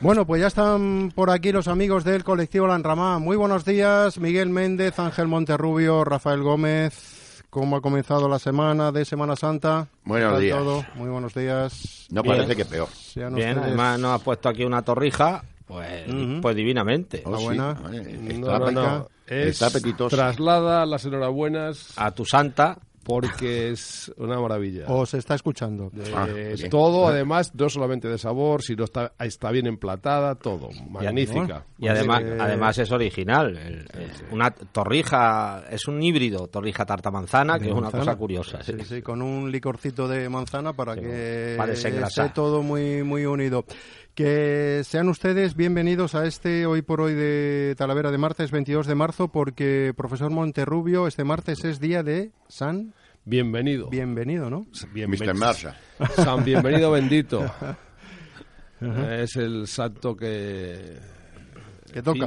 Bueno, pues ya están por aquí los amigos del colectivo Lanramá. Muy buenos días, Miguel Méndez, Ángel Monterrubio, Rafael Gómez. ¿Cómo ha comenzado la semana de Semana Santa? Buenos ¿Qué tal días. todo? Muy buenos días. No Bien. parece que peor. Sean Bien, ustedes- además nos ha puesto aquí una torrija, pues, Ujú. pues divinamente. Ah, Oh, sí. buena. Vale, No, Mm. Está, no, no. apetitosa. está apetitosa. Traslada las enhorabuenas A tu santa, porque es una maravilla. Os está escuchando. Eh, Oh, Ah, es bien. todo, además, no solamente de sabor, sino está, está bien emplatada, todo. Magnífica. y además, además es original. el- el- Una torrija, es un híbrido, torrija tarta manzana, que es una cosa curiosa. Sí, sí. sí, con un licorcito de manzana para Sí, que para esté desengrasar. todo muy, muy unido. Que sean ustedes bienvenidos a este hoy por hoy de Talavera de martes, 22 de marzo, porque profesor Monterrubio, este martes es día de San Bienvenido. Bienvenido, ¿no? Bienven- Mr. Marsa. San Bienvenido Bendito. es el santo que... Que toca.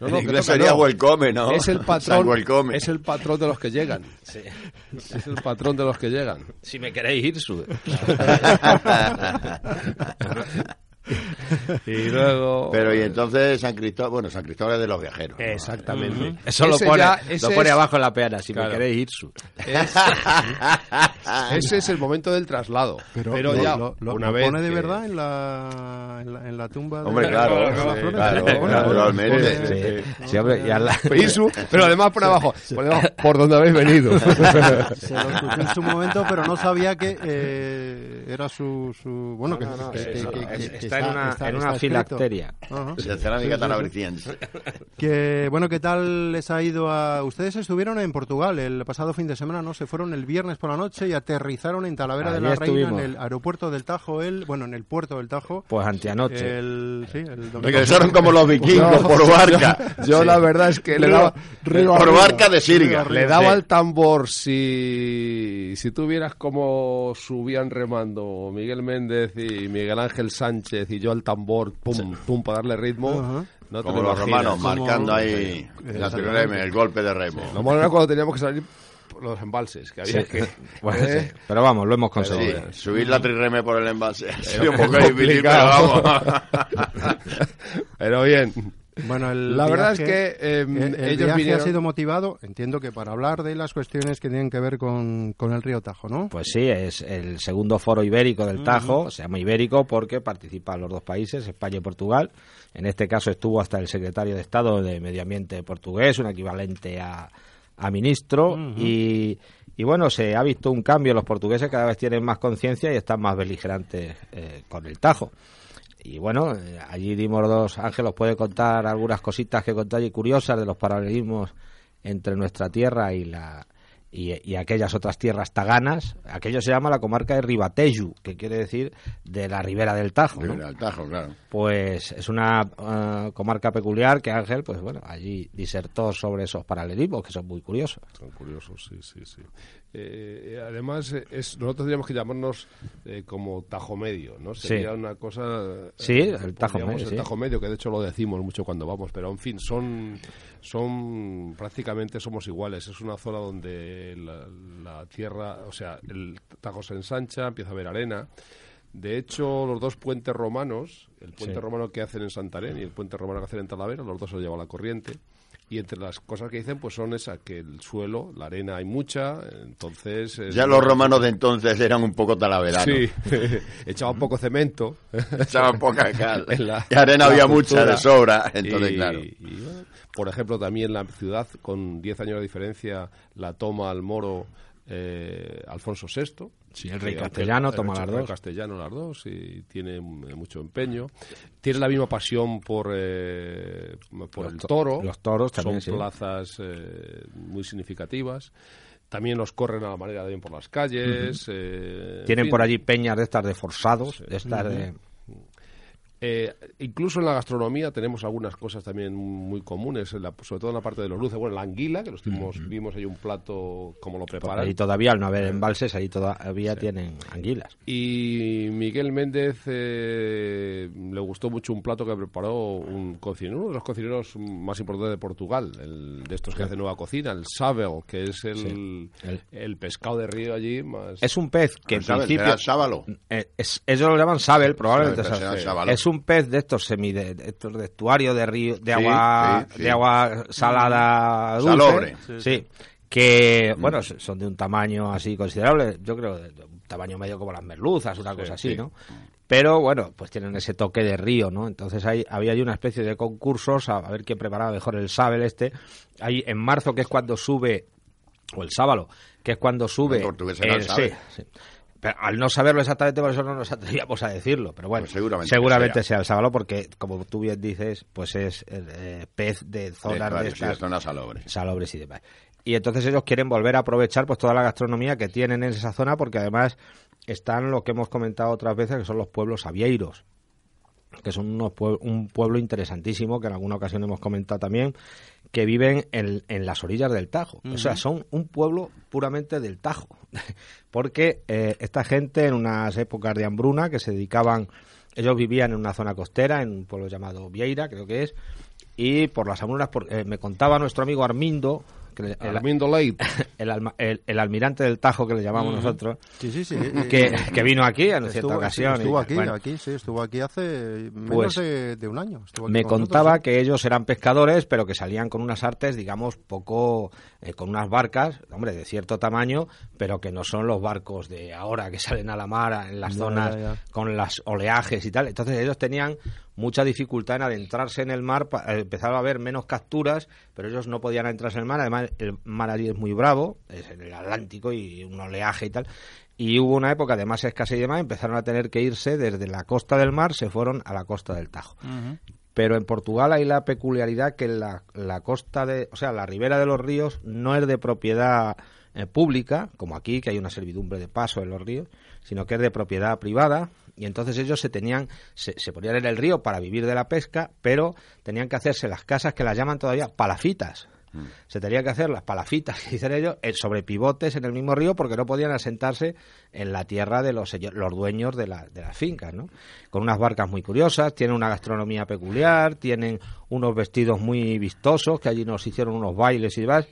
No, no, En que inglés toca, sería no. welcome, ¿no? Es el San patrón, welcome. es el patrón de los que llegan. Es el patrón de los que llegan. Si me queréis ir, sube. Y luego Pero y entonces San Cristóbal, bueno, San Cristóbal es de los viajeros. ¿no? Exactamente. Eso lo Ese pone, ya- lo ese pone es- abajo en la peana. Si Claro. me queréis ir, sube. Ah, Ese es el momento del traslado. Pero, lo- ya, lo, lo- una lo vez. pone de que- verdad en la, en la, en la tumba de Hombre, de claro, las sí, flores. claro, Lo pone, lo pone. naturalmente. Pone- Sí, Sí, hombre, y al la- Y su- pero además por abajo, por debajo, por donde habéis venido. Se lo escuché en su momento, pero no sabía que eh, era su, su- bueno que, que- que- que- que- que está en una, está- en está una escrito. filacteria. Ajá. Sí, cerámica talabriciense. Que bueno, ¿qué tal les ha ido a ustedes? Estuvieron en Portugal el pasado fin de semana, ¿no? Se fueron el viernes por la noche y aterrizaron en Talavera de Allí la estuvimos. Reina en el aeropuerto del Tajo, el bueno, en el puerto del Tajo. Pues anteanoche. El, sí, el domingo. Regresaron como los vikingos por barca. Yo Sí. la verdad es que le daba, por barca de Sirga. le daba Sí. al tambor si, si tú vieras cómo subían remando Miguel Méndez y Miguel Ángel Sánchez y yo al tambor, pum, pum, para darle ritmo. Ajá. no te Como lo los imaginas. romanos marcando ahí la Exactamente. trireme, el golpe de remo. Lo malo era cuando teníamos que salir por los embalses que había que... Bueno, ¿eh? sí, Pero vamos, lo hemos Sí, conseguido. subir la trireme por el envase ha sido un Es poco difícil, pero complicado. vamos. Pero bien. Bueno, el La verdad es viaje- que, eh, el- el ellos viaje vinieron- ha sido motivado, entiendo que para hablar de las cuestiones que tienen que ver con, con el río Tajo, ¿no? Pues sí, es el segundo foro ibérico del Tajo, se llama ibérico porque participan los dos países, España y Portugal. En este caso estuvo hasta el secretario de Estado de Medio Ambiente portugués, un equivalente a, a ministro. y, y bueno, se ha visto un cambio, los portugueses cada vez tienen más conciencia y están más beligerantes eh, con el Tajo. Y bueno, eh, allí dimos dos, Ángel os puede contar algunas cositas que contar y curiosas de los paralelismos entre nuestra tierra y la y, y aquellas otras tierras taganas. Aquello se llama la comarca de Ribateyu, que quiere decir de la ribera del Tajo. ¿no? Mira, el tajo, claro. Pues es una eh, comarca peculiar que Ángel, pues bueno, allí disertó sobre esos paralelismos que son muy curiosos. Son curiosos, sí, sí, sí. Eh, eh, además, eh, es, nosotros tendríamos que llamarnos eh, como Tajo Medio, ¿no? Sí. Sería una cosa... eh, Sí, el Tajo podríamos Medio, El sí. Tajo Medio, que de hecho lo decimos mucho cuando vamos, pero en fin, son, son prácticamente somos iguales. Es una zona donde la, la tierra, o sea, el Tajo se ensancha, empieza a haber arena. De hecho, los dos puentes romanos, el puente Sí. romano que hacen en Santarén y el puente romano que hacen en Talavera, los dos se los lleva la corriente. Y entre las cosas que dicen, pues son esas, que el suelo, la arena hay mucha, entonces... eh, Ya los romanos de entonces eran un poco talaveranos. Sí, echaban poco cemento. Echaban poca cal. En la- y arena la había cultura. mucha de sobra. Entonces, Y- claro. y, bueno, por ejemplo, también la ciudad, con 10 años de diferencia, la toma al moro eh, Alfonso VI. Sí, el rey Que aunque- castellano el toma las rey dos. castellano las dos y tiene mm, mucho empeño. Tiene la misma pasión por, eh, por Los el to- toro. los toros también, sí. Son plazas eh, muy significativas. También los corren a la manera de bien por las calles. eh, en Tienen fin. por allí peñas de estas de forzados, de estas de... Eh, incluso en la gastronomía tenemos algunas cosas también muy comunes, en la- sobre todo en la parte de los luces. Bueno, la anguila, que lo estuvimos- vimos ahí un plato como lo Porque preparan. allí todavía, al no haber embalses, allí todavía tienen anguilas. Y Miguel Méndez eh, le gustó mucho un plato que preparó un cocinero, uno de los cocineros más importantes de Portugal, el, de estos que hacen nueva cocina, el sabel, que es el, Sí, el- el, pescado de río allí más... Es un pez que en ¿Sabes? principio... Era sábalo. Eh, es- ellos lo llaman sabel, probablemente Sábel, sea- será sábalo. Es un pez de estos semi de, de estos de estuario de río de Sí, agua sí, Mm. sí. de agua salada dulce, Salobre. sí, que Mm. bueno s- son de un tamaño así considerable, yo creo de de un tamaño medio como las merluzas, una cosa así, sí. ¿no? Pero bueno, pues tienen ese toque de río, ¿no? Entonces hay, había ahí una especie de concursos a, a ver quién preparaba mejor el sábel este. Ahí en marzo, que es cuando sube, o el sábalo, que es cuando sube. En portugués será el sí, sábel. sí. Pero al no saberlo exactamente, por eso no nos atrevíamos a decirlo. Pero bueno, Pues seguramente sea. sea. el sábalo, porque como tú bien dices, pues es eh, pez de zonas de, claro, sí, estas- de zonas salobres. salobres y demás. Y entonces ellos quieren volver a aprovechar pues toda la gastronomía que tienen en esa zona porque además están lo que hemos comentado otras veces que son los pueblos avieiros que son unos pue- un pueblo interesantísimo que en alguna ocasión hemos comentado también que viven en, en las orillas del Tajo. O sea, son un pueblo puramente del Tajo. Porque eh, esta gente en unas épocas de hambruna que se dedicaban, ellos vivían en una zona costera, en un pueblo llamado Vieira, creo que es, y por las hambrunas, por- eh, me contaba nuestro amigo Armindo, que le- el, Armindo Leite. el alma- el- el almirante del Tajo que le llamamos nosotros, Sí, sí, sí. eh, que, eh, que vino aquí en cierta estuvo- ocasión. y Estuvo tal. aquí, Bueno, aquí, sí, estuvo aquí hace menos Pues, de, de un año. estuvo aquí me con nosotros, contaba sí. que ellos eran pescadores, pero que salían con unas artes, digamos, poco, eh, con unas barcas, hombre, de cierto tamaño, pero que no son los barcos de ahora que salen a la mar a- en las Ya, zonas ya, ya. con las oleajes y tal. Entonces ellos tenían mucha dificultad en adentrarse en el mar, pa- eh, empezaba a haber menos capturas, pero ellos no podían adentrarse en el mar. Además, el mar allí es muy bravo, es en el Atlántico y un oleaje y tal. Y hubo una época de más escasez y demás, empezaron a tener que irse desde la costa del mar, se fueron a la costa del Tajo pero en Portugal hay la peculiaridad que la, la costa de, o sea, la ribera de los ríos no es de propiedad eh, pública, como aquí, que hay una servidumbre de paso en los ríos, sino que es de propiedad privada, y entonces ellos se tenían, se, se ponían en el río para vivir de la pesca, pero tenían que hacerse las casas que las llaman todavía palafitas. Se tenían que hacer las palafitas, que dicen ellos, eh, sobre pivotes en el mismo río porque no podían asentarse en la tierra de los, sello- los dueños de, la- de las fincas, ¿no? Con unas barcas muy curiosas, tienen una gastronomía peculiar, tienen unos vestidos muy vistosos, que allí nos hicieron unos bailes y demás.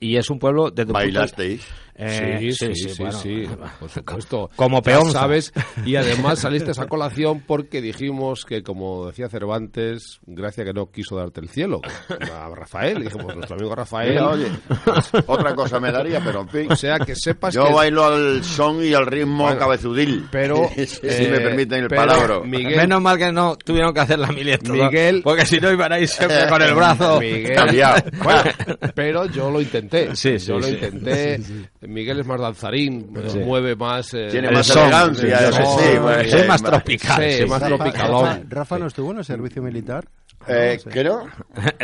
Y es un pueblo desde un punto de- ¿Bailasteis? Eh, sí, sí, sí, sí, bueno, sí, por supuesto. Como Ya peón, sabes. Y además saliste a colación porque dijimos que, como decía Cervantes, gracia que no quiso darte el cielo. A Rafael, dijimos, nuestro amigo Rafael. pues, Mira, oye, pues, otra cosa me daría, pero en fin. O sea, que sepas Yo que... bailo al son y al ritmo Bueno, cabezudil. Pero, si eh, me permiten el pero, palabro. Miguel, Menos mal que no tuvieron que hacer la milicia. Miguel- Porque si no iban a ir siempre con el brazo. Miguel. Cambiado. Bueno, pero yo lo intenté. Sí, sí, yo lo sí. intenté. Miguel es más danzarín, Sí. mueve más. eh, Tiene el más son. elegancia, El ese son. sí. bueno, Soy eh, más ma- tropical. sí, sí. más Rafa- tropicalón. Rafa, Rafa no estuvo en el servicio militar. Eh, creo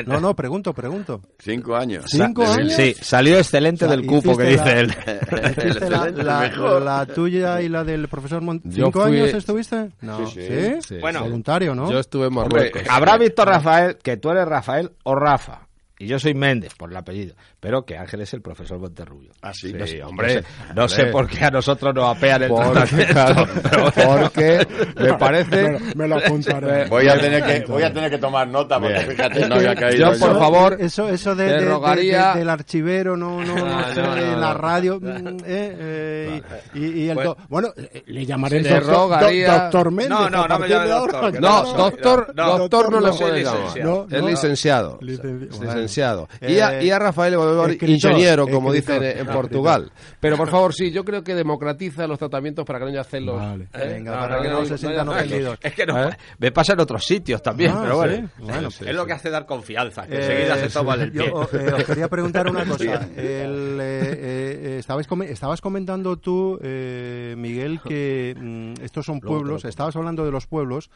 No, no, pregunto, pregunto. cinco años. ¿Cinco Sa- años? Sí, salió excelente O sea, del cupo que hiciste dice la- él. ¿Hiciste la, Excelente, la- mejor. la tuya y la del profesor Montes? Yo ¿Cinco fui- años estuviste? No. Sí, sí. Sí, Bueno. sí. voluntario, ¿no? Yo estuve en Marruecos. Habrá visto Rafael que tú eres Rafael o Rafa. Y yo soy Méndez, por el apellido. Pero que Ángel es el profesor Monterrubio. Ah, sí. Sí, No sé, no sé por qué a nosotros nos apean el Porque, claro, porque me parece. Me lo apuntaré. Voy a tener que, voy a tener que tomar nota porque Bien. fíjate, no había caído. Yo, por favor, Eso, eso de, te de- de- rogaría- de- del archivero, no, no, no, No, sé, Ah, no, no, en la no. radio, mm, eh, eh, y, y- y el Pues- do- bueno, eh, Le llamaré Te doctor, rogaría- do- doctor Méndez. No, no, no me a partir llame de ahora. doctor, que No, No, no, doctor, no, doctor no no, le soy puede llamar. licenciado. No, Es no. licenciado. Licenci- Es bueno. Licenciado. Y a, Eh, y a Rafael Bolívar, escritor, ingeniero, como escritor. dicen en Portugal. Pero por favor, sí, yo creo que democratiza los tratamientos para que no haya celos. Vale. ¿Eh? Venga, No, para que no haya- se sientan haya celos. ofendidos. Es que no, me pasa en otros sitios también, Ah, pero ¿eh? bueno. sí, bueno, es lo que hace dar confianza, que eh, enseguida se toma del pie. Yo eh, os quería preguntar una cosa. El, eh, eh, eh, estabais, come- estabas comentando tú, eh, Miguel, que mm, estos son Luego te lo pueblos, cuento. estabas hablando de los pueblos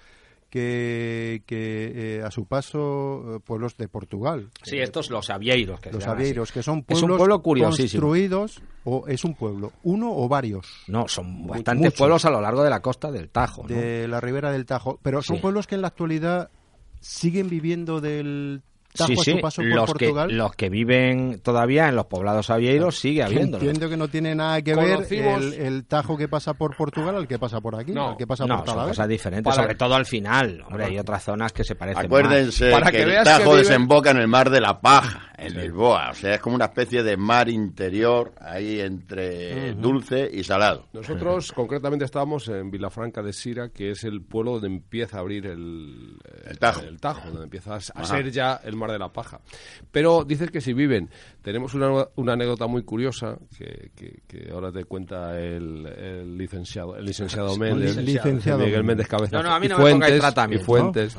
que, que eh, a su paso, eh, pueblos de Portugal, Sí, estos los avieiros. Que se los llaman así. Avieiros, que son Es pueblos un pueblo curiosísimo. construidos, o es un pueblo, uno o varios, No, son bastantes muchos. pueblos a lo largo de la costa del Tajo. ¿no? de la ribera del Tajo, pero son Sí. pueblos que en la actualidad siguen viviendo del Tajo a su paso por los Portugal. Que, los que viven todavía en los poblados avieros sigue Que habiendo. Entiendo que no tiene nada que ver Conocimos- el, el Tajo que pasa por Portugal al que pasa por aquí, No, al que pasa No, por son Talavera. cosas diferentes, Para- sobre todo al final. Hombre, hay otras zonas que se parecen más. Acuérdense Para que, que el veas que Tajo viven- desemboca en el mar de la Paja, en Lisboa. O sea, es como una especie de mar interior ahí entre dulce y salado. Nosotros concretamente estábamos en Vilafranca de Sira, que es el pueblo donde empieza a abrir el, El Tajo. donde empieza a, ser ya el mar de la paja. Pero dices que si viven, tenemos una, una anécdota muy curiosa que, que- que ahora te cuenta el, el licenciado, el licenciado Méndez, licenciado. Miguel Méndez Cabeza. No, no, a mí no y me pongáis Fuentes, tratamiento, y Fuentes,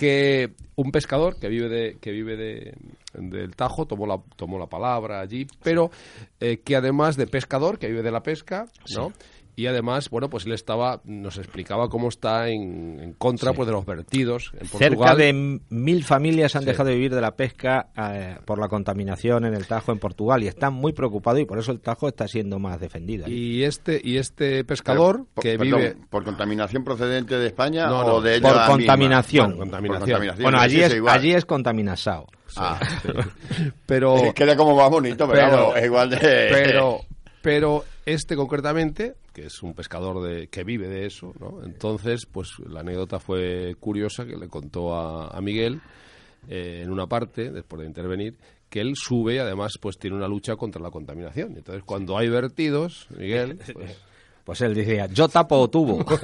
que un pescador que vive de, que vive de del Tajo tomó la tomó la palabra allí, pero eh, que además de pescador que vive de la pesca, ¿no? Y además, bueno, pues él estaba, nos explicaba cómo está en, en contra pues de los vertidos en Cerca Portugal. de m- mil familias han dejado de vivir de la pesca eh, por la contaminación en el Tajo en Portugal y están muy preocupados y por eso el Tajo está siendo más defendido. ahí. Y este y este pescador Pero, por- que perdón, vive ¿Por contaminación procedente de España No, o no, de ella por misma? contaminación. Por Contaminación. bueno, no allí sé si es, igual. allí es contaminasao. Ah, pero sí, queda como más bonito, pero, Pero- vamos, es igual de... pero pero este concretamente que es un pescador de, que vive de eso ¿no? entonces pues la anécdota fue curiosa que le contó a, a Miguel eh, en una parte después de intervenir que él sube además pues tiene una lucha contra la contaminación entonces cuando hay vertidos Miguel pues, Pues él decía, yo tapo tubo. Lo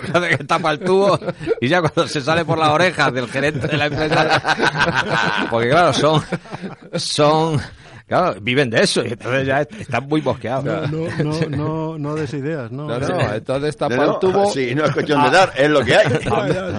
que hace es que tapa el tubo y ya cuando se sale por las orejas del gerente de la empresa. Porque claro, son. son Claro, viven de eso y entonces ya están muy bosqueados. No, no, no, no des ideas, no. no, Ya. no, entonces tapa No, el tubo Sí, no es cuestión de dar, es lo que hay.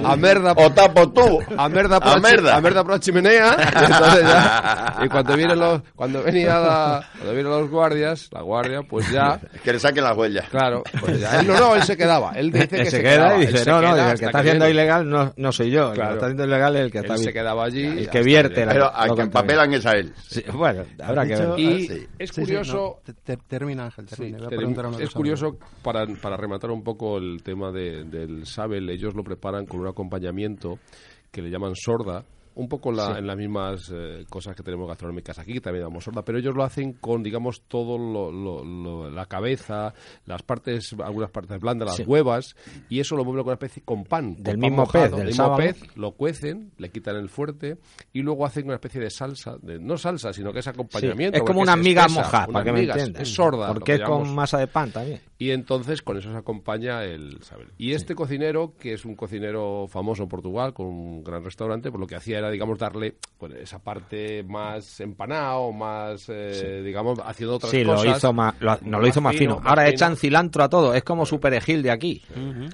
a merda o tapo tubo. a merda por A la chi- merda. a merda por la chimenea y, entonces ya- y cuando vienen los cuando venía la- cuando vienen los guardias la guardia pues ya Que le saquen las huellas. claro pues ya- él no no él se quedaba él dice que Que se queda quedaba, y él dice, se no, no, queda dice, el hasta que está haciendo viene". ilegal no, no soy yo, el que Claro. lo está haciendo ilegal es el que está él vi- se quedaba allí el hasta que vierte la- Pero lo al que contamina. empapelan es a él. Sí, bueno, habrá que Dicho- ver. y Ah, sí. es Sí, sí, curioso no, te- te- termina, Ángel, termina. Voy a Te- preguntar una es cosa. curioso para, para rematar un poco el tema de- del Sabel, ellos lo preparan con un acompañamiento que le llaman sorda, un poco la- en las mismas eh, cosas que tenemos gastronómicas aquí, que también damos sorda, pero ellos lo hacen con, digamos, todo lo, lo- lo- la cabeza, las partes, algunas partes blandas, las Sí. huevas, y eso lo mueven con una especie con pan. con Del pan mismo mojado, pez, del mismo sábalo. pez, lo cuecen, le quitan el fuerte y luego hacen una especie de salsa, de, no salsa, sino que es acompañamiento. es como porque una se miga espesa, mojada, unas para que me migas, entiendan. Es sorda. lo Porque que es con llamamos. masa de pan también. Y entonces con eso se acompaña el saber. Y este cocinero, que es un cocinero famoso en Portugal, con un gran restaurante, pues lo que hacía era, digamos, darle pues, esa parte más empanado, más, eh, digamos, haciendo otras Sí, cosas. lo hizo más, lo- no lo hizo más fino. Ahora echan cilantro a todo, es como su perejil de aquí.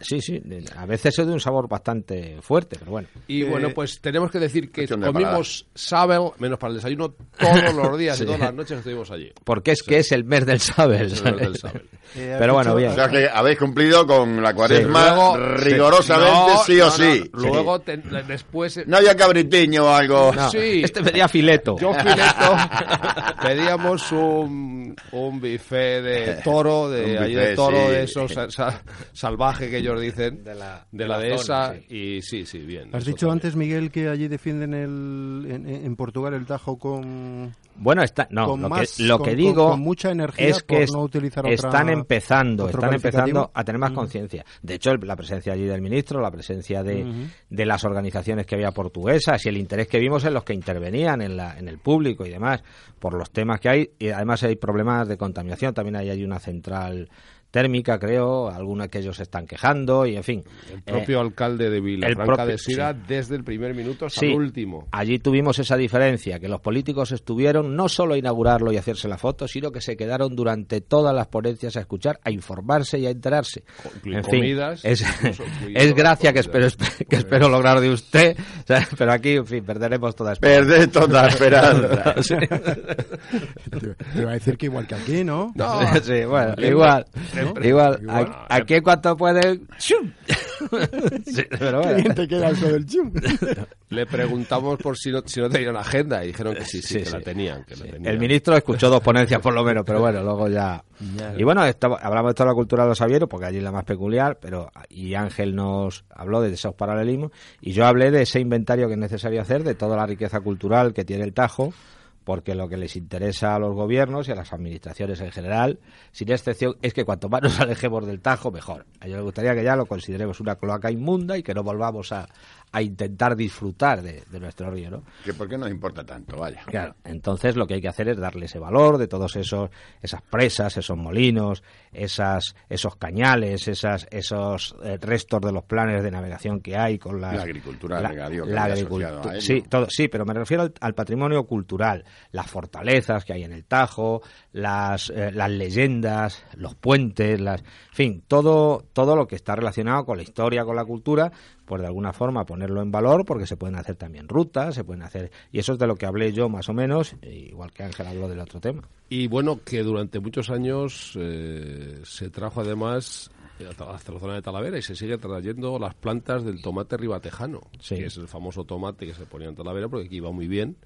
Sí, sí, a veces es de un sabor bastante fuerte, pero bueno. Y bueno, pues tenemos que decir que cuestión de comimos sábado, menos para el desayuno, todos los días y todas las noches que estuvimos allí. Porque es que es el mes del sabel. Es el mes del Sabel. Eh, has pero bueno, dicho- O bien. sea que habéis cumplido con la cuaresma Luego- rigorosamente No, sí, o no, no, sí. Luego, te- después... No había cabritiño o algo. No, Sí. Este pedía fileto. Yo fileto. pedíamos un, un buffet de toro, de, Un allí buffet, de toro sí. de esos sa- sa- salvaje que ellos dicen, de la, la- de de la dehesa. zona, sí. Y sí, sí, bien. Has eso dicho también. antes, Miguel, que allí defienden el, en, en Portugal el Tajo con... Bueno, está, no, Con lo, más- que, lo con- que con- digo con mucha energía es que por es- no utilizar otra- están empezando, otro están calificativo. empezando a tener más conciencia. De hecho, el- la presencia allí del ministro, la presencia de, de las organizaciones que había portuguesas y el interés que vimos en los que intervenían en, la, en el público y demás por los temas que hay. Y además hay problemas de contaminación, también hay, hay una central térmica, creo, alguna que ellos se están quejando y en fin. El eh, propio alcalde de Vilafranca propio- de Sira, sí. desde el primer minuto hasta Sí, el último. Allí tuvimos esa diferencia, que los políticos estuvieron no solo a inaugurarlo y hacerse la foto, sino que se quedaron durante todas las ponencias a escuchar, a informarse y a enterarse. Inclu- comidas, es, incluso incluyendo es gracia que las espero, comidas. que espero lograr de usted, o sea, pero aquí, en fin, perderemos toda esperanza. Perdé toda esperanza. Sí, Te iba a decir que igual que aquí, ¿no? sí, bueno, igual. Siempre. Digo, al- Igual, a- aquí en cuanto puede... ¡shum! Sí, pero bueno. ¿Quién te queda eso del chum? Le preguntamos por si no, si no tenían agenda y dijeron que sí, sí, Sí, que sí. la tenían. Que la tenían. El ministro escuchó dos ponencias por lo menos, pero bueno, luego ya. Y bueno, estaba- hablamos de toda la cultura de los avieros, porque allí es la más peculiar, pero y Ángel nos habló de esos paralelismos, y yo hablé de ese inventario que es necesario hacer, de toda la riqueza cultural que tiene el Tajo, porque lo que les interesa a los gobiernos y a las administraciones en general, sin excepción, es que cuanto más nos alejemos del Tajo, mejor. A ellos les gustaría que ya lo consideremos una cloaca inmunda y que no volvamos a, a intentar disfrutar de, de nuestro río, ¿no? Que por qué nos importa tanto, vaya. Claro, entonces lo que hay que hacer es darle ese valor de todos esos esas presas, esos molinos, esas esos cañales, esas esos eh, restos de los planes de navegación que hay con las- La agricultura, la, venga, digo, que la había agricultu- asociado a ello. sí, todo, sí, pero me refiero al, al patrimonio cultural, las fortalezas que hay en el Tajo, las eh, las leyendas, los puentes, las, en fin, todo todo lo que está relacionado con la historia, con la cultura, pues de alguna forma ponerlo en valor porque se pueden hacer también rutas, se pueden hacer y eso es de lo que hablé yo más o menos, e igual que Ángel habló del otro tema. Y bueno, que durante muchos años eh, se trajo además eh, hasta hasta la zona de Talavera y se sigue trayendo las plantas del tomate ribatejano, Sí. que es el famoso tomate que se ponía en Talavera porque aquí iba muy bien,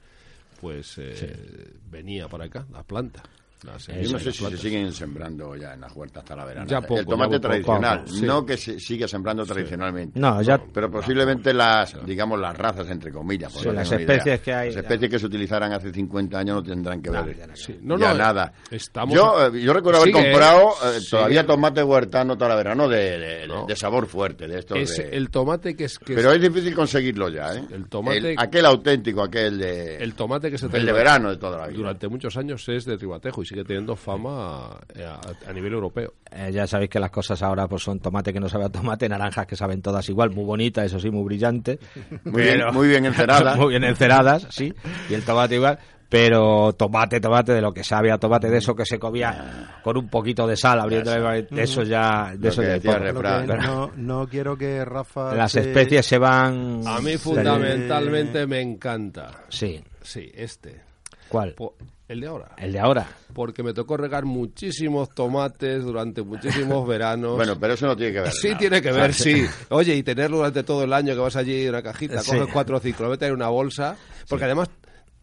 pues eh, venía para acá la planta. la semilla Yo no y sé las si se plantas. siguen sembrando ya en las huertas talaverana. Ya poco, el tomate ya poco, tradicional, poco, sí. no que se siga sembrando tradicionalmente. No, ya Pero posiblemente las, digamos, las razas, entre comillas. por Sí, no las tener una especies que hay- Las especies que se utilizaran hace 50 años no tendrán que ver. Sí. No, ya no, nada. estamos- yo, eh, yo recuerdo haber Sigue, comprado eh, sigue. todavía tomate huertano talaverano de, de- de sabor fuerte, de estos Es de- el tomate que es que Pero es- es difícil conseguirlo ya, ¿eh? El tomate- aquel auténtico, aquel de... el tomate que se el trae de verano ¿eh? de toda la vida. durante muchos años es de Ribatejo y sigue teniendo fama eh, a- a nivel europeo. Eh, ya sabéis que las cosas ahora pues son tomate que no sabe a tomate, naranjas que saben todas igual, muy bonitas, eso sí, muy brillantes. Muy bien- muy bien enceradas. muy bien enceradas, sí. Y el tomate igual. Pero tomate, tomate, de lo que sabe a tomate, de eso que se comía con un poquito de sal abriendo el- de eso ya, de Lo eso que ya hay decía poco. Lo que Refrán. no, no quiero que Rafa... Las se- especies se van... A mí se- fundamentalmente me encanta. Sí. Sí, este. ¿Cuál? Po- el de ahora. El de ahora. Porque me tocó regar muchísimos tomates durante muchísimos veranos. Bueno, pero eso no tiene que ver. sí nada. tiene que ver, sí. Oye, y tenerlo durante todo el año que vas allí en una cajita, Sí. coges cuatro o cinco, lo metes en una bolsa. Porque además,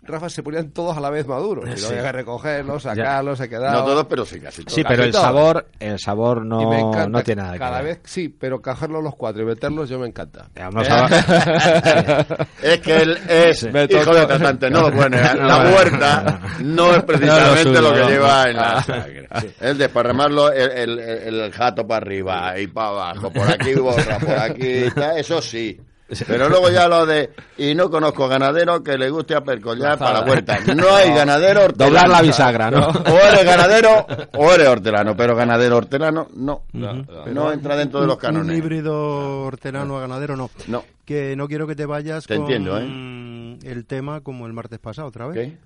Rafa, se ponían todos a la vez maduros. Y luego había que recogerlos, sacarlos, se quedaban. No todos, pero sí casi todos. Sí, pero el todo. sabor, el sabor Y me no, encanta. no tiene nada que Cada ver. vez sí, pero cogerlos los cuatro y meterlos yo me encanta. Vamos a- Sí. Es que él es Sí. hijo de tratante, no lo puede negar. No, La no, huerta no es No, precisamente no, lo que no, lleva no. en la sangre. El desparramarlo, el, el, el- el jato para arriba y para abajo, por aquí borra, por aquí, está, eso sí. Pero luego ya lo de, y no conozco ganadero que le guste apercollar para la huerta. No hay ganadero hortelano. Ah. Doblar la bisagra, ¿no? O eres ganadero o eres hortelano, pero ganadero hortelano no. No, entra dentro de los Un canones. híbrido hortelano a ganadero, no. No. Que no quiero que te vayas Te con entiendo, ¿eh? el tema como el martes pasado, otra vez. ¿Qué?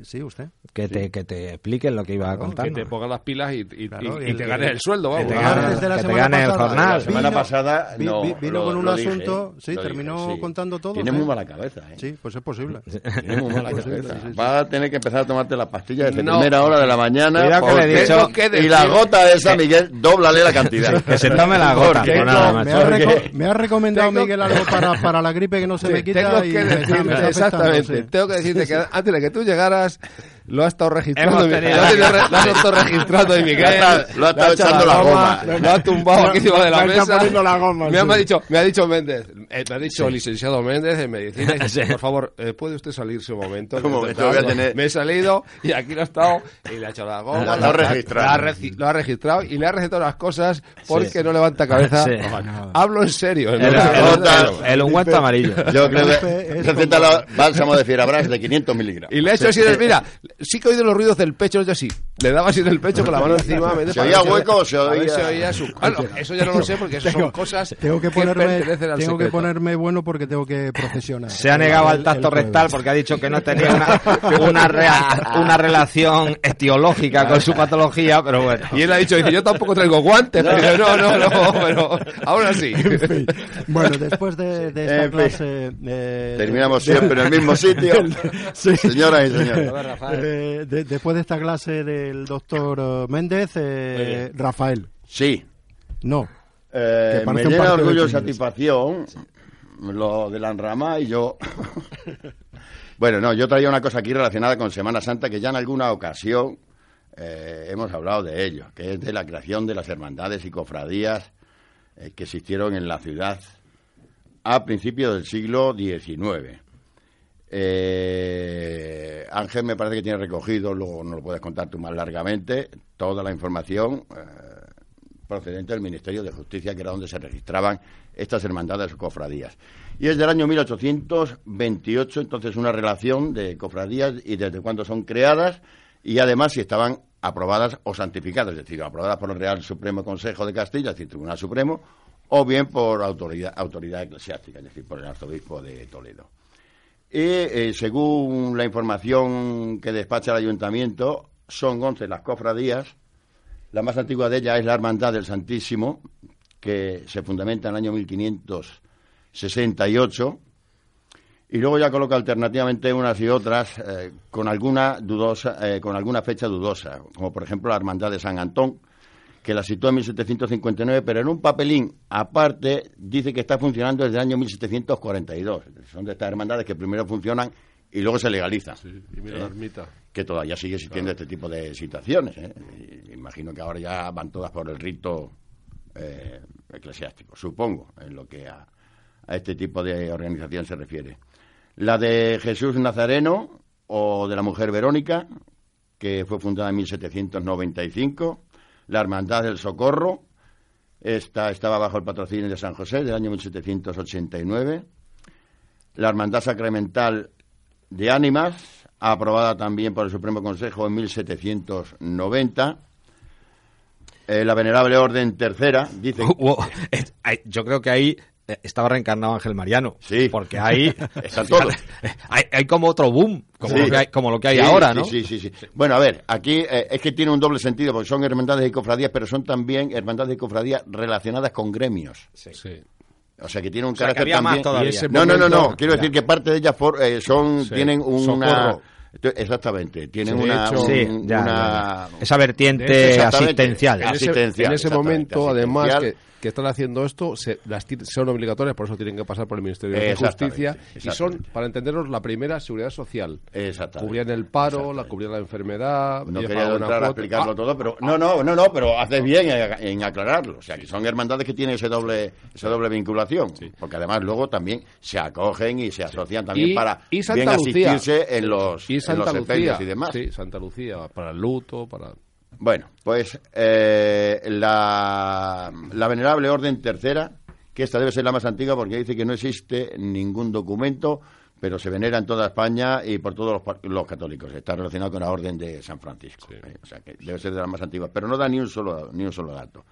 Sí, usted. que, te, que te expliquen lo que iba a contar. Que te pongan las pilas y, y- Claro, y y- y el- te ganes el sueldo, te vamos. El Ah, gane- martes de la que te semana gane el pasada. jornal. Pues La semana Vino- pasada vi- no, vi- vino lo- con un lo dije, asunto, sí, lo terminó dije, sí. contando todo. Tiene ¿eh? muy mala cabeza, ¿eh? Sí, pues es posible. Tiene muy mala Pues sí, cabeza. sí, sí, sí. Va a tener que empezar a tomarte las pastillas desde No. primera hora de la mañana. Cuidado que le he porque- dicho que y decir- la gota esa, Miguel, dóblale la cantidad. Que se tome la gota, Porque pero nada, no- Me macho. ha, ¿por qué? reco- me ha recomendado Tengo- Miguel algo para, para la gripe que no se me Te- quita. tengo y me que está- me está decirte, afectando, exactamente, sí. tengo que decirte que antes de que tú llegaras, lo has estado registrando. Hemos mi- tenido- lo, has tenido re- lo has estado registrando y Miguel. Lo ha estado- lo ha estado le ha echado echando la goma. Lo ha tumbado aquí encima de la Me está mesa. poniendo la goma, me, ha, sí. me ha dicho, me ha dicho Méndez, eh, me ha dicho el licenciado Méndez en medicina. y dice, Por favor, eh, ¿puede usted salirse un momento? Un momento, voy a tener- Me he salido y aquí lo ha estado y le ha echado la goma. Lo ha lo ha- registrado. lo ha reci- Lo ha registrado y le ha recetado las cosas porque no levanta cabeza. Sí. Hablo en serio. ¿eh? El, Gota. el- el ungüento amarillo. Yo creo Gripe que es receta la bálsamo de fierabras de 500 miligramos. Y le he hecho así, del- mira, sí que he oído los ruidos del pecho, yo sí. Le daba así del pecho con la mano encima. me- ¿Se oía para ver hueco o se para ver oía- si oía su- Ah, no, eso ya no lo sé porque eso son cosas Tengo que ponerme, pertenecen al tengo que secreto. ponerme bueno porque tengo que profesionar. Se ha negado al tacto rectal porque ha dicho que no tenía una, una, rea- una relación etiológica con su patología, pero bueno. Y él ha dicho, dice, yo tampoco traigo guantes. Pero dice, no, no, no, pero ahora sí. Bueno, después de, de esta En fin. clase... eh, Terminamos siempre en el mismo sitio. Sí. Señoras y señores. Eh, eh, de- después de esta clase del doctor Méndez, eh, Muy bien. Rafael. Sí. No. Que Eh, me parece un llena partido de orgullo y Champions. satisfacción lo de la enrama y yo. bueno, no, yo traía una cosa aquí relacionada con Semana Santa que ya en alguna ocasión eh, hemos hablado de ello, que es de la creación de las hermandades y cofradías eh, que existieron en la ciudad a principios del siglo XIX. Eh, Ángel me parece que tiene recogido, luego nos lo puedes contar tú más largamente, toda la información eh, procedente del Ministerio de Justicia, que era donde se registraban estas hermandades o cofradías. Y es del año 1828, entonces una relación de cofradías y desde cuándo son creadas y además si estaban aprobadas o santificadas, es decir, aprobadas por el Real Supremo Consejo de Castilla, es decir, Tribunal Supremo, o bien por autoridad, autoridad eclesiástica, es decir, por el Arzobispo de Toledo. Y eh, según la información que despacha el ayuntamiento, son 11 las cofradías. La más antigua de ellas es la Hermandad del Santísimo, que se fundamenta en el año 1568. Y luego ya coloca alternativamente unas y otras eh, con, alguna dudosa, eh, con alguna fecha dudosa, como por ejemplo la Hermandad de San Antón, que la situó en 1759, pero en un papelín aparte dice que está funcionando desde el año 1742. Son de estas hermandades que primero funcionan y luego se legalizan, Sí, y mira la ermita. que todavía sigue existiendo este tipo de situaciones. ¿eh? Y- Imagino que ahora ya van todas por el rito eh, eclesiástico, supongo, en lo que a, a este tipo de organización se refiere. La de Jesús Nazareno o de la mujer Verónica, que fue fundada en 1795. La Hermandad del Socorro, esta estaba bajo el patrocinio de San José del año 1789. La Hermandad Sacramental de Ánimas, aprobada también por el Supremo Consejo en 1790. Eh, la Venerable Orden Tercera, dice... Wow, es- ay, Yo creo que ahí eh, estaba reencarnado Ángel Mariano. Sí. Porque ahí. Están todos. Hay, hay como otro boom, como, Sí. lo, que hay, como lo que hay Sí, ahora, sí, ¿no? Sí, sí, sí. Bueno, a ver, aquí eh, es que tiene un doble sentido, porque son hermandades y cofradías, pero son también hermandades y cofradías relacionadas con gremios. Sí. O sea, que tiene un sea, que carácter había más también... todavía. Y ese No, no, no, no. momento- Quiero Ya. decir que parte de ellas for- eh, son, Sí. tienen una... Socorro. Exactamente, tienen Sí, de una... hecho- un- Sí, ya, una- ya, ya. Esa vertiente Exactamente. En asistencial. Así- ese, Asistencial, en ese exactamente, momento, además, que, asistencial. que están haciendo esto, se- las ti- son obligatorias, por eso tienen que pasar por el Ministerio de Exactamente, Justicia. Y son, exactamente. para entenderos, la primera seguridad social. Exactamente. Cubrían el paro, la Exactamente. cubrían la enfermedad. No llevaban quería una entrar a cuota. explicarlo Ah, todo, pero no, no, no, no, pero haces bien en, en aclararlo. O sea, que son hermandades que tienen ese doble, esa doble vinculación, porque además luego también se acogen y se asocian también Y- para y bien Santa Lucía. asistirse en los, Y en los Santa sepelios Lucía. y demás. Sí, Santa Lucía, para el luto, para. Bueno, pues eh, la, la Venerable Orden Tercera, que esta debe ser la más antigua porque dice que no existe ningún documento, pero se venera en toda España y por todos los, pa- los católicos. Está relacionado con la Orden de San Francisco. ¿eh? O sea que debe ser de las más antiguas, pero no da ni un solo, ni un solo dato.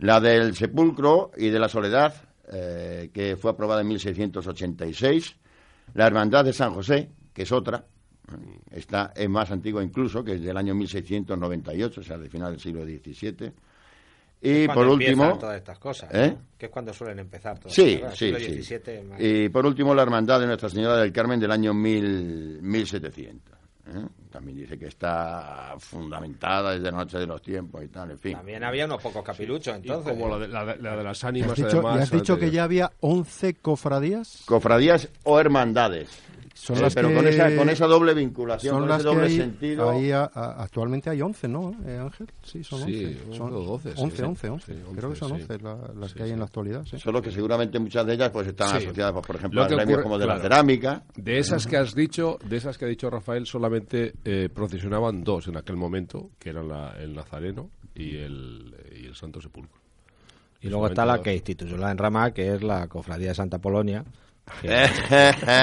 La del Sepulcro y de la Soledad, eh, que fue aprobada en 1686. La Hermandad de San José, que es otra, esta es más antigua incluso, que es del año 1698, o sea, de final del siglo XVII. Y por último, estas cosas. ¿eh? Que es cuando suelen empezar sí, sí, sí. Y por último, la Hermandad de Nuestra Señora del Carmen del año 1000, 1700. ¿eh? También dice que está fundamentada desde la noche de los tiempos y tal, en fin. había unos pocos capiluchos, y como la de, la de- la de las ¿Y has Pues ánimas, dicho, además. y has dicho que anterior. ya había 11 cofradías? Cofradías o hermandades. Son Eh, las pero que- con, esa, con esa doble vinculación, Son con las ese que doble hay- sentido. hay a- a- actualmente hay 11, ¿no, eh, Ángel? Sí, son 11. Sí, son 11 o 12, sí, 11, sí. 11, Sí, 11. 11, Creo que son sí. 11 la- las que hay en la actualidad, sí. Solo que seguramente muchas de ellas pues están Sí. asociadas, pues, por ejemplo, Lo a que gremios ocurre- como de la claro. cerámica. De esas que has dicho, de esas que ha dicho Rafael, solamente eh, procesionaban dos en aquel momento, que eran la- el Nazareno y el, y el Santo Sepulcro. Y luego está la que instituyó la enrama, que es la Cofradía de Santa Polonia, que,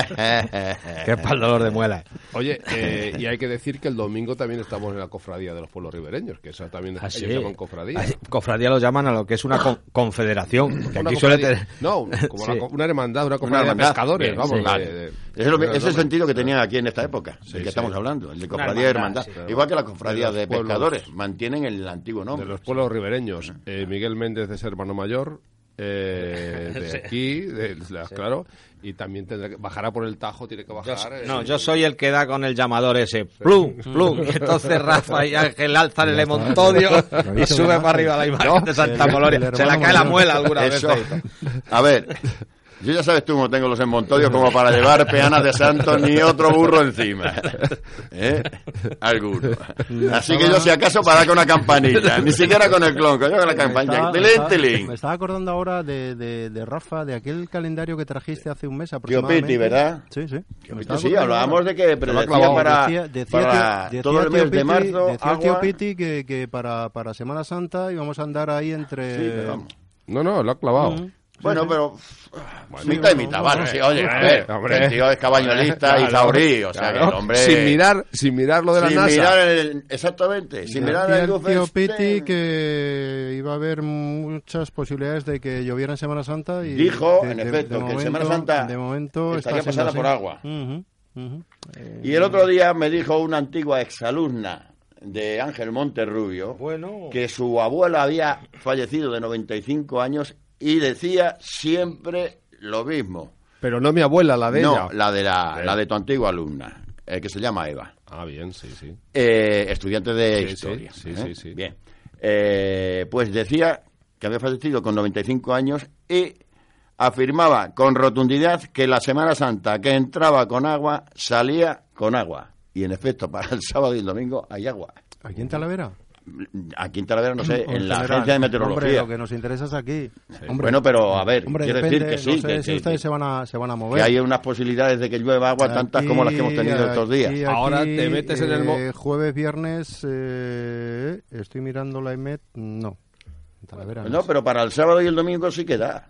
que es para el dolor de muelas. Oye, eh, y hay que decir que el domingo también estamos en la cofradía de los pueblos ribereños, que esa también Ah, ellos sí. llaman cofradía. Ah, sí, Cofradía lo llaman a lo que es una con- confederación. Que Una aquí suele cofradía- tener- No, como Sí. una, co- una hermandad, una Una cofradía de hermandad. pescadores, Bien, vamos. sí. de- Vale. de- Ese es, lo que- ese de- es el de- sentido que tenían aquí en esta época, del que sí. estamos hablando, el de cofradía de hermandad, hermandad. sí. Igual que la cofradía de, De los pueblos. pescadores, mantienen el antiguo De nombre. los pueblos ribereños. Eh, Miguel Méndez es hermano mayor, eh, de aquí, de, la- claro, y también tendrá que, bajará por el Tajo, tiene que bajar. eh, No, yo soy el que da con el llamador ese. Plum, plum. Y entonces Rafa y Ángel alzan el hemontodio y visto sube una para arriba la imagen de Santa el- Polonia. el Se hermano la cae la mayor. muela alguna vez. Eso. A ver, yo ya sabes tú cómo tengo los enmontodios como para llevar peanas de santo ni otro burro encima. ¿Eh? Alguno. Así que yo, si acaso, para con una campanilla. Ni siquiera con el clonco, yo con la campanilla. Me Tilín, estaba- tilín. Pues Me estaba acordando ahora de, de- de Rafa, de aquel calendario que trajiste hace un mes Piti, aproximadamente. ¿verdad? Sí, sí. Me estaba Sí, acordando hablábamos ahora. de que predecía Decía- para, decía- decía para tío- decía todo el tío mes de Piti- marzo Decía el tío agua. Piti que, que para, para Semana Santa íbamos a andar ahí entre... Sí, pero vamos. No, no, lo ha clavado. Eh, Bueno, pero mitad y mitad, vale, sí, oye, a ver, hombre. que el tío es cabañolista y saurí, o sea, que el Claro, hombre... sin mirar, sin mirar lo de la sin NASA. mirar el- exactamente, sin mirar Decía el el tío Goof Piti Stein. que iba a haber muchas posibilidades de que lloviera en Semana Santa y Dijo, de- en de- efecto, de que en momento- Semana Santa de momento estaría está siendo pasada por así. agua. Ujú, ujú. Y el otro día me dijo una antigua exalumna de Ángel Monterrubio Bueno. que su abuela había fallecido de 95 años y decía siempre lo mismo. Pero no mi abuela, la Eh. de no, ella. la de, la, la de tu antigua alumna, eh, que se llama Eva. Ah, bien, sí, sí. eh, estudiante de Sí, historia. sí, sí, ¿eh? sí, sí. Bien. Eh, pues decía que había fallecido con 95 años y afirmaba con rotundidad que la Semana Santa que entraba con agua salía con agua. Y en efecto, para el sábado y el domingo hay agua. ¿Aquí en Talavera? Aquí en Talavera, no sé, O en la general. agencia de Hombre, meteorología. lo que nos interesa es aquí. Hombre, bueno, pero a ver, hombre, quiero depende, decir que no sí, sé que, si que- ustedes se van a, se van a que mover. hay unas posibilidades de que llueva agua tantas como las que hemos tenido Aquí, estos días. aquí, Ahora te metes en el mo- eh, jueves, viernes, eh, estoy mirando la EMET, no. En Talavera no No, sé. pero para el sábado y el domingo sí que da.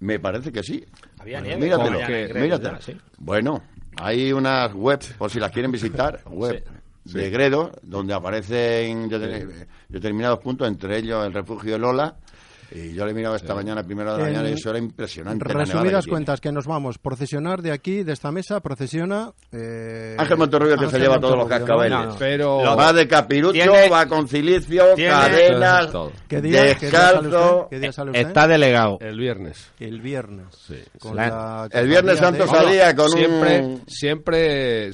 Me parece que sí. Había Bueno, nieve, míratelo, como que- míratelo. sí. Bueno, hay unas web, por si las quieren visitar, web de Gredo, donde aparecen dete- determinados puntos, entre ellos el refugio de Lola. Y yo le he mirado esta mañana, primero de la En mañana, y eso era impresionante. la nevada que Resumidas tiene. cuentas, que nos vamos. Procesionar de aquí, de esta mesa, procesiona. eh, Ángel Monterrubio, que se Ángel lleva todos los Monterrubio, cascabeles. ¿no? Pero Va de capirucho, Tiene- va con cilicio, tiene- cadenas, Todo. ¿Qué día, qué día sale usted? descalzo. ¿Qué día sale usted? Está delegado. el viernes. El viernes. Con La- la El cofradía Viernes Santo de- sale- Salía con siempre, un- siempre,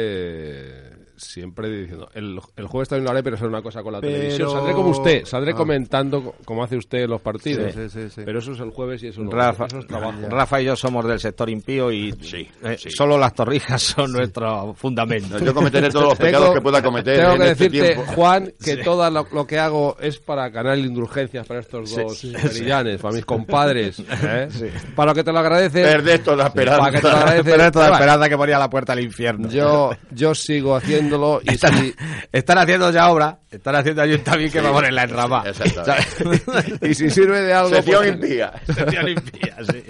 siempre, siempre diciendo, el, el jueves también lo haré, pero será una cosa con la Pero- televisión. Saldré como usted, saldré Ah. comentando co- como hace usted los partidos. Sí, sí, sí, sí. Pero eso es el jueves y eso, no- Rafa, eso es trabajo. Rafa y yo somos del sector impío y eh, solo las torrijas son nuestro fundamento. No, yo cometeré todos los pecados que pueda cometer. tengo en que este decirte, tiempo. Juan, que todo lo, lo que hago es para ganar indulgencias para estos dos sevillanes, para mis compadres. ¿eh? Para lo que te lo agradeces. Perdés toda esperanza. Para que te lo agradeces. Pero esto de Rafa, esperanza que ponía la puerta al infierno. Yo, yo sigo haciéndolo y Están, si, están haciendo ya obra, están haciendo ayuntamiento que va a poner la enrama. sí, exactamente. ¿Sabes? y si sirve de algo. Sección pues- impía. Sección impía, sí.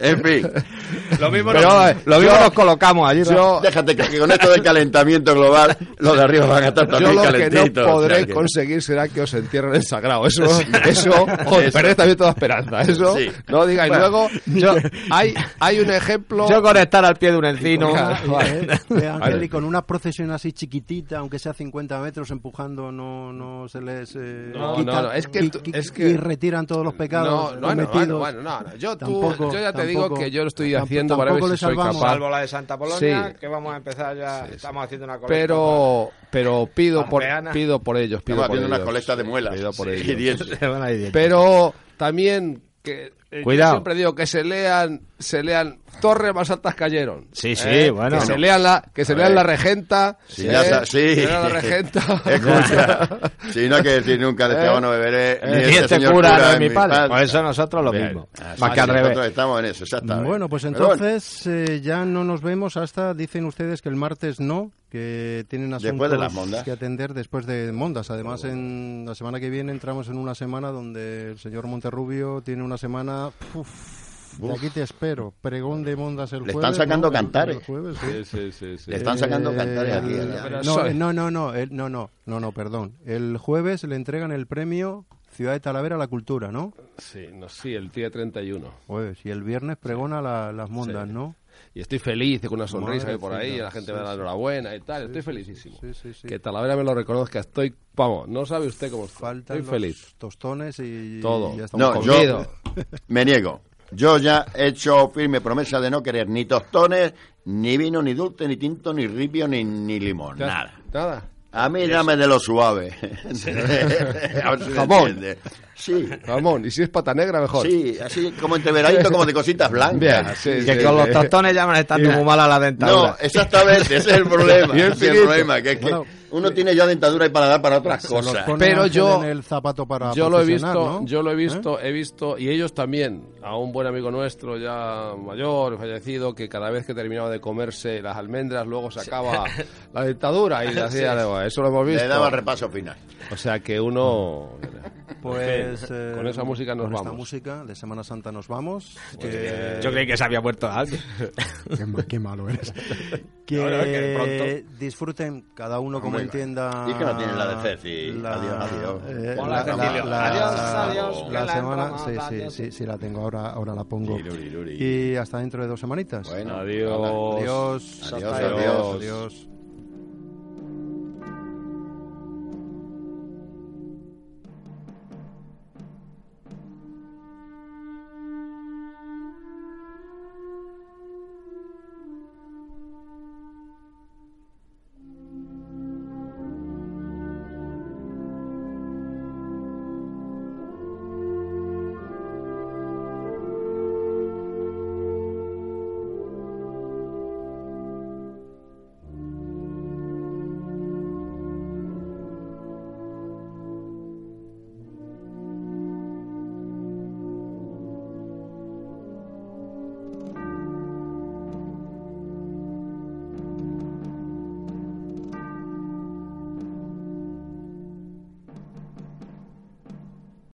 En fin. Lo mismo, Pero, nos, eh, lo mismo yo- nos colocamos allí. ¿no? yo, Déjate que, que con esto del calentamiento global, los de arriba van a estar yo también lo que calentitos. no podré o sea que- conseguir será que os entierren en sagrado. Eso, eso, joder, Eso. perdéis también toda esperanza. Eso, Sí. no lo digáis. Bueno. Luego, yo, hay, hay un ejemplo. Yo con estar al pie de un encino. Y, eh, eh, Ángel, Vale. y con una procesión así chiquitita, aunque sea 50 metros empujando, no, no se les eh, No, quita. no, no, es que y, tú- y- es que- y retiran todos los pecados No, no, no, cometidos. bueno, bueno, no, no. Yo, tú- Tampoco- yo ya te digo tampoco- que yo lo estoy tamp- haciendo para ver tampoco si le soy salvamos. capaz. Salvo la de Santa Polonia, Sí. que vamos a empezar ya. Estamos haciendo una colecta. Pero, pero pido Las por, peanas. pido por ellos, pido Estamos por haciendo unas ellos. colectas de muelas. Pido por Sí, ellos. y dientes. Se van a ir diez. Pero también que eh, yo Cuidado. siempre digo que se lean, se lean Torres más altas cayeron. Sí, sí, bueno. Que se lean la, que se A lean ver. la regenta. Si eh, ya sa- sí. Se lean la regenta. Escucha, si no hay que decir nunca Eh, de este agua no beberé, Ni ni este este señor cura no cura es mi padre. Pues, Por eso Bien. nosotros lo mismo. Así Más que al Ah, nosotros revés. estamos en eso, exactamente. Bueno, pues Pero entonces eh, ya no nos vemos hasta, dicen ustedes que el martes no, que tienen asuntos Después de las mondas. que atender después de Mondas. Además, en la semana que viene entramos en una semana donde el señor Monterrubio tiene una semana... puf, de aquí te espero. Pregón de Mondas el Le jueves. están sacando El- el cantares. jueves, sí. Le están sacando Eh, cantares aquí. el- a la- no, eh, no, no, no, el- no, no, no, no, perdón. El jueves le entregan el premio Ciudad de Talavera a la Cultura, ¿no? Sí, no, sí, el día 31. Jueves. Y el viernes pregona la- las mondas, ¿no? y estoy feliz y con una sonrisa Madre que por ahí, mía, y la sí, gente me da la sí. enhorabuena y tal, Sí, estoy sí, felicísimo. sí, sí, sí. Que Talavera me lo reconozca, estoy, vamos, no sabe usted cómo estoy, Faltan estoy los feliz. tostones y, Todo. y ya estamos No, con- yo comido. me niego. Yo ya he hecho firme promesa de no querer ni tostones, ni vino, ni dulce, ni tinto, ni ripio, ni, ni limón. Ya- Nada. Nada. A mí dame de lo suave. A ver si me Jamón. entiende. Sí. Ramón, y si es pata negra, mejor. Sí, así como entreveradito, como de cositas Bien, blancas. sí, que sí, con los sí. tostones ya me están Mira. muy mal a la dentadura. No, exactamente, ese es el problema. Y ese el es el finito. problema, que es que Bueno, uno tiene ya dentadura y paladar para otras se nos cosas. pone Pero Ángel yo- en el zapato para yo lo he visto, profesional, ¿no? yo lo he ¿Eh? visto, he visto, y ellos también, a un buen amigo nuestro ya mayor, fallecido, que cada vez que terminaba de comerse las almendras, luego sacaba la dentadura y le hacía, eso lo hemos visto. Le daba Mm. repaso final. O sea que uno... Pues En fin, eh, con esa música nos con esta vamos. música de Semana Santa nos vamos. Eh, Que- Yo creí que se había muerto alguien. qué, ma- qué malo eres. Que, No, no, que de disfruten cada uno como Hombre, entienda. eh, y que no tienen la de Ceci. Adiós, adiós. Hola, Cecilio. Adiós, adiós, La que la semana, entramos, sí, sí, adiós. sí, sí, la tengo ahora, ahora la pongo. Luri, luri. Y hasta dentro de dos semanitas. Bueno, Adiós. hala. Adiós. Adiós, Adiós. adiós. adiós.